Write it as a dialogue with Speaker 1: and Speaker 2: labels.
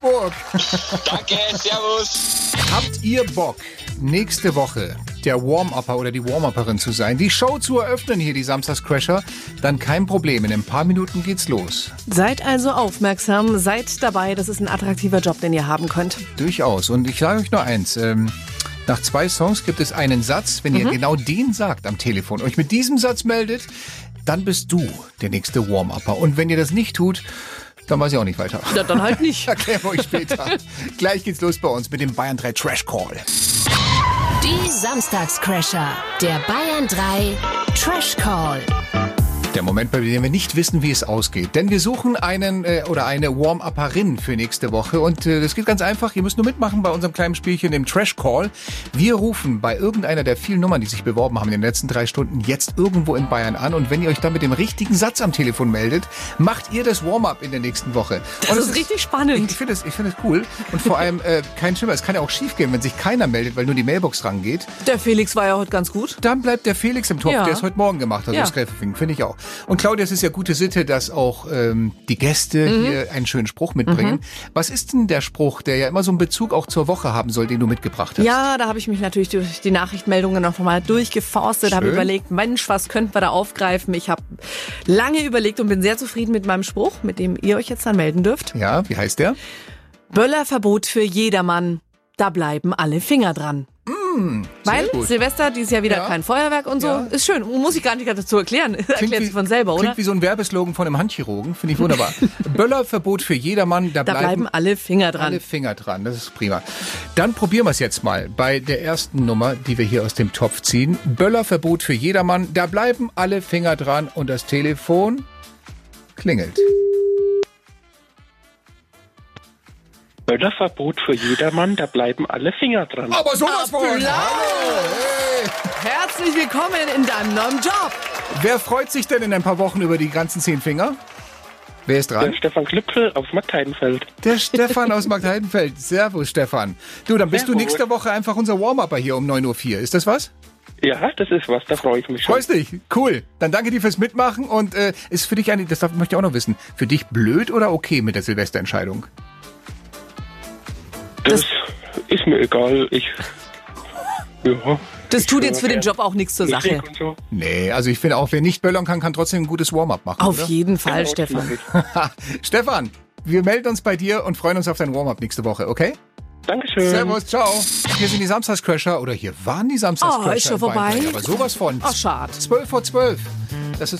Speaker 1: Bock.
Speaker 2: Danke, Servus.
Speaker 1: Habt ihr Bock, nächste Woche der Warm-Upper oder die Warm-Upperin zu sein, die Show zu eröffnen hier, die Samstagscrasher? Dann kein Problem, in ein paar Minuten geht's los.
Speaker 3: Seid also aufmerksam, seid dabei. Das ist ein attraktiver Job, den ihr haben könnt.
Speaker 1: Durchaus. Und ich sage euch nur eins. Ähm, nach zwei Songs gibt es einen Satz, wenn ihr
Speaker 3: Mhm.
Speaker 1: genau den sagt am Telefon, euch mit diesem Satz meldet, dann bist du der nächste Warm-Upper. Und wenn ihr das nicht tut, dann weiß ich auch nicht weiter.
Speaker 3: Ja, dann halt nicht.
Speaker 1: Erklären wir euch später. Gleich geht's los bei uns mit dem Bayern 3 Trash Call.
Speaker 4: Die Samstagscrasher. Der Bayern 3 Trash Call.
Speaker 1: Der Moment, bei dem wir nicht wissen, wie es ausgeht. Denn wir suchen einen äh, oder eine Warm-Upperin für nächste Woche. Und äh, das geht ganz einfach. Ihr müsst nur mitmachen bei unserem kleinen Spielchen im Trash Call. Wir rufen bei irgendeiner der vielen Nummern, die sich beworben haben in den letzten drei Stunden, jetzt irgendwo in Bayern an. Und wenn ihr euch dann mit dem richtigen Satz am Telefon meldet, macht ihr das Warm-Up in der nächsten Woche.
Speaker 3: Das
Speaker 1: Und es
Speaker 3: ist richtig spannend.
Speaker 1: Ich finde es ich finde es cool. Und vor allem, äh, kein Schimmer. Es kann ja auch schief gehen, wenn sich keiner meldet, weil nur die Mailbox rangeht.
Speaker 3: Der Felix war ja heute ganz gut.
Speaker 1: Dann bleibt der Felix im Topf,
Speaker 3: Ja.
Speaker 1: der es heute Morgen gemacht hat,
Speaker 3: Ja.
Speaker 1: das Gräfefing, finde ich auch. Und Claudia, es ist ja gute Sitte, dass auch ähm, die Gäste
Speaker 3: Mhm.
Speaker 1: hier einen schönen Spruch mitbringen. Was ist denn der Spruch, der ja immer so einen Bezug auch zur Woche haben soll, den du mitgebracht hast?
Speaker 3: Ja, da habe ich mich natürlich durch die Nachrichtmeldungen noch mal durchgeforstet, habe
Speaker 1: Schön.
Speaker 3: überlegt, Mensch, was könnten wir da aufgreifen? Ich habe lange überlegt und bin sehr zufrieden mit meinem Spruch, mit dem ihr euch jetzt dann melden dürft.
Speaker 1: Ja, wie heißt der?
Speaker 3: Böllerverbot für jedermann. Da bleiben alle Finger dran. Weil
Speaker 1: Mm, gut.
Speaker 3: Silvester dieses Jahr wieder
Speaker 1: Ja.
Speaker 3: kein Feuerwerk und so.
Speaker 1: Ja.
Speaker 3: Ist schön. Muss ich gar nicht dazu erklären. Erklärt
Speaker 1: wie-
Speaker 3: sich von selber, oder?
Speaker 1: Klingt wie so ein Werbeslogan von einem Handchirurgen, finde ich wunderbar. Böllerverbot für jedermann, da,
Speaker 3: Da bleiben alle Finger dran.
Speaker 1: alle Finger dran, das ist prima. Dann probieren wir es jetzt mal bei der ersten Nummer, die wir hier aus dem Topf ziehen. Böllerverbot für jedermann, da bleiben alle Finger dran und das Telefon klingelt.
Speaker 5: Böllerverbot für jedermann, da bleiben alle Finger dran.
Speaker 1: Aber sowas von!
Speaker 3: Applaus!
Speaker 1: Hallo! Hey.
Speaker 3: Herzlich willkommen in deinem neuen Job.
Speaker 1: Wer freut sich denn in ein paar Wochen über die ganzen zehn Finger? Wer ist
Speaker 5: Der
Speaker 1: dran?
Speaker 5: Stefan Klüpfel auf Matteinfeld.
Speaker 1: Der Stefan aus Magdheidenfeld. Servus, Stefan. Du, dann bist du
Speaker 5: Servus.
Speaker 1: nächste Woche einfach unser Warm-Upper hier um 9.04 Uhr. Ist das was?
Speaker 5: Ja, das ist was, da freue ich mich schon.
Speaker 1: Freust dich? Cool. Dann danke dir fürs Mitmachen und äh, ist für dich eine, das darf- möchte ich auch noch wissen, für dich blöd oder okay mit der Silvesterentscheidung?
Speaker 5: Das ist mir egal. Ich. Ja.
Speaker 3: Das tut jetzt für den
Speaker 5: höre
Speaker 3: Job auch nichts zur Sache.
Speaker 5: Musik und so.
Speaker 1: Nee, also ich finde auch, wer nicht böllern kann, kann trotzdem ein gutes Warm-up machen.
Speaker 3: Auf
Speaker 1: oder?
Speaker 3: jeden Fall,
Speaker 5: Genau, das mache
Speaker 3: Stefan.
Speaker 5: ich.
Speaker 1: Stefan, wir melden uns bei dir und freuen uns auf dein Warm-up nächste Woche, okay?
Speaker 3: Mhm.
Speaker 5: Dankeschön.
Speaker 1: Servus, ciao. Hier sind die Samstagscrasher oder hier waren die Samstagscrasher.
Speaker 3: Oh, ist schon
Speaker 1: in Bayern.
Speaker 3: vorbei?
Speaker 1: Aber sowas von.
Speaker 3: Oh, schade.
Speaker 1: 12 vor 12. Das ist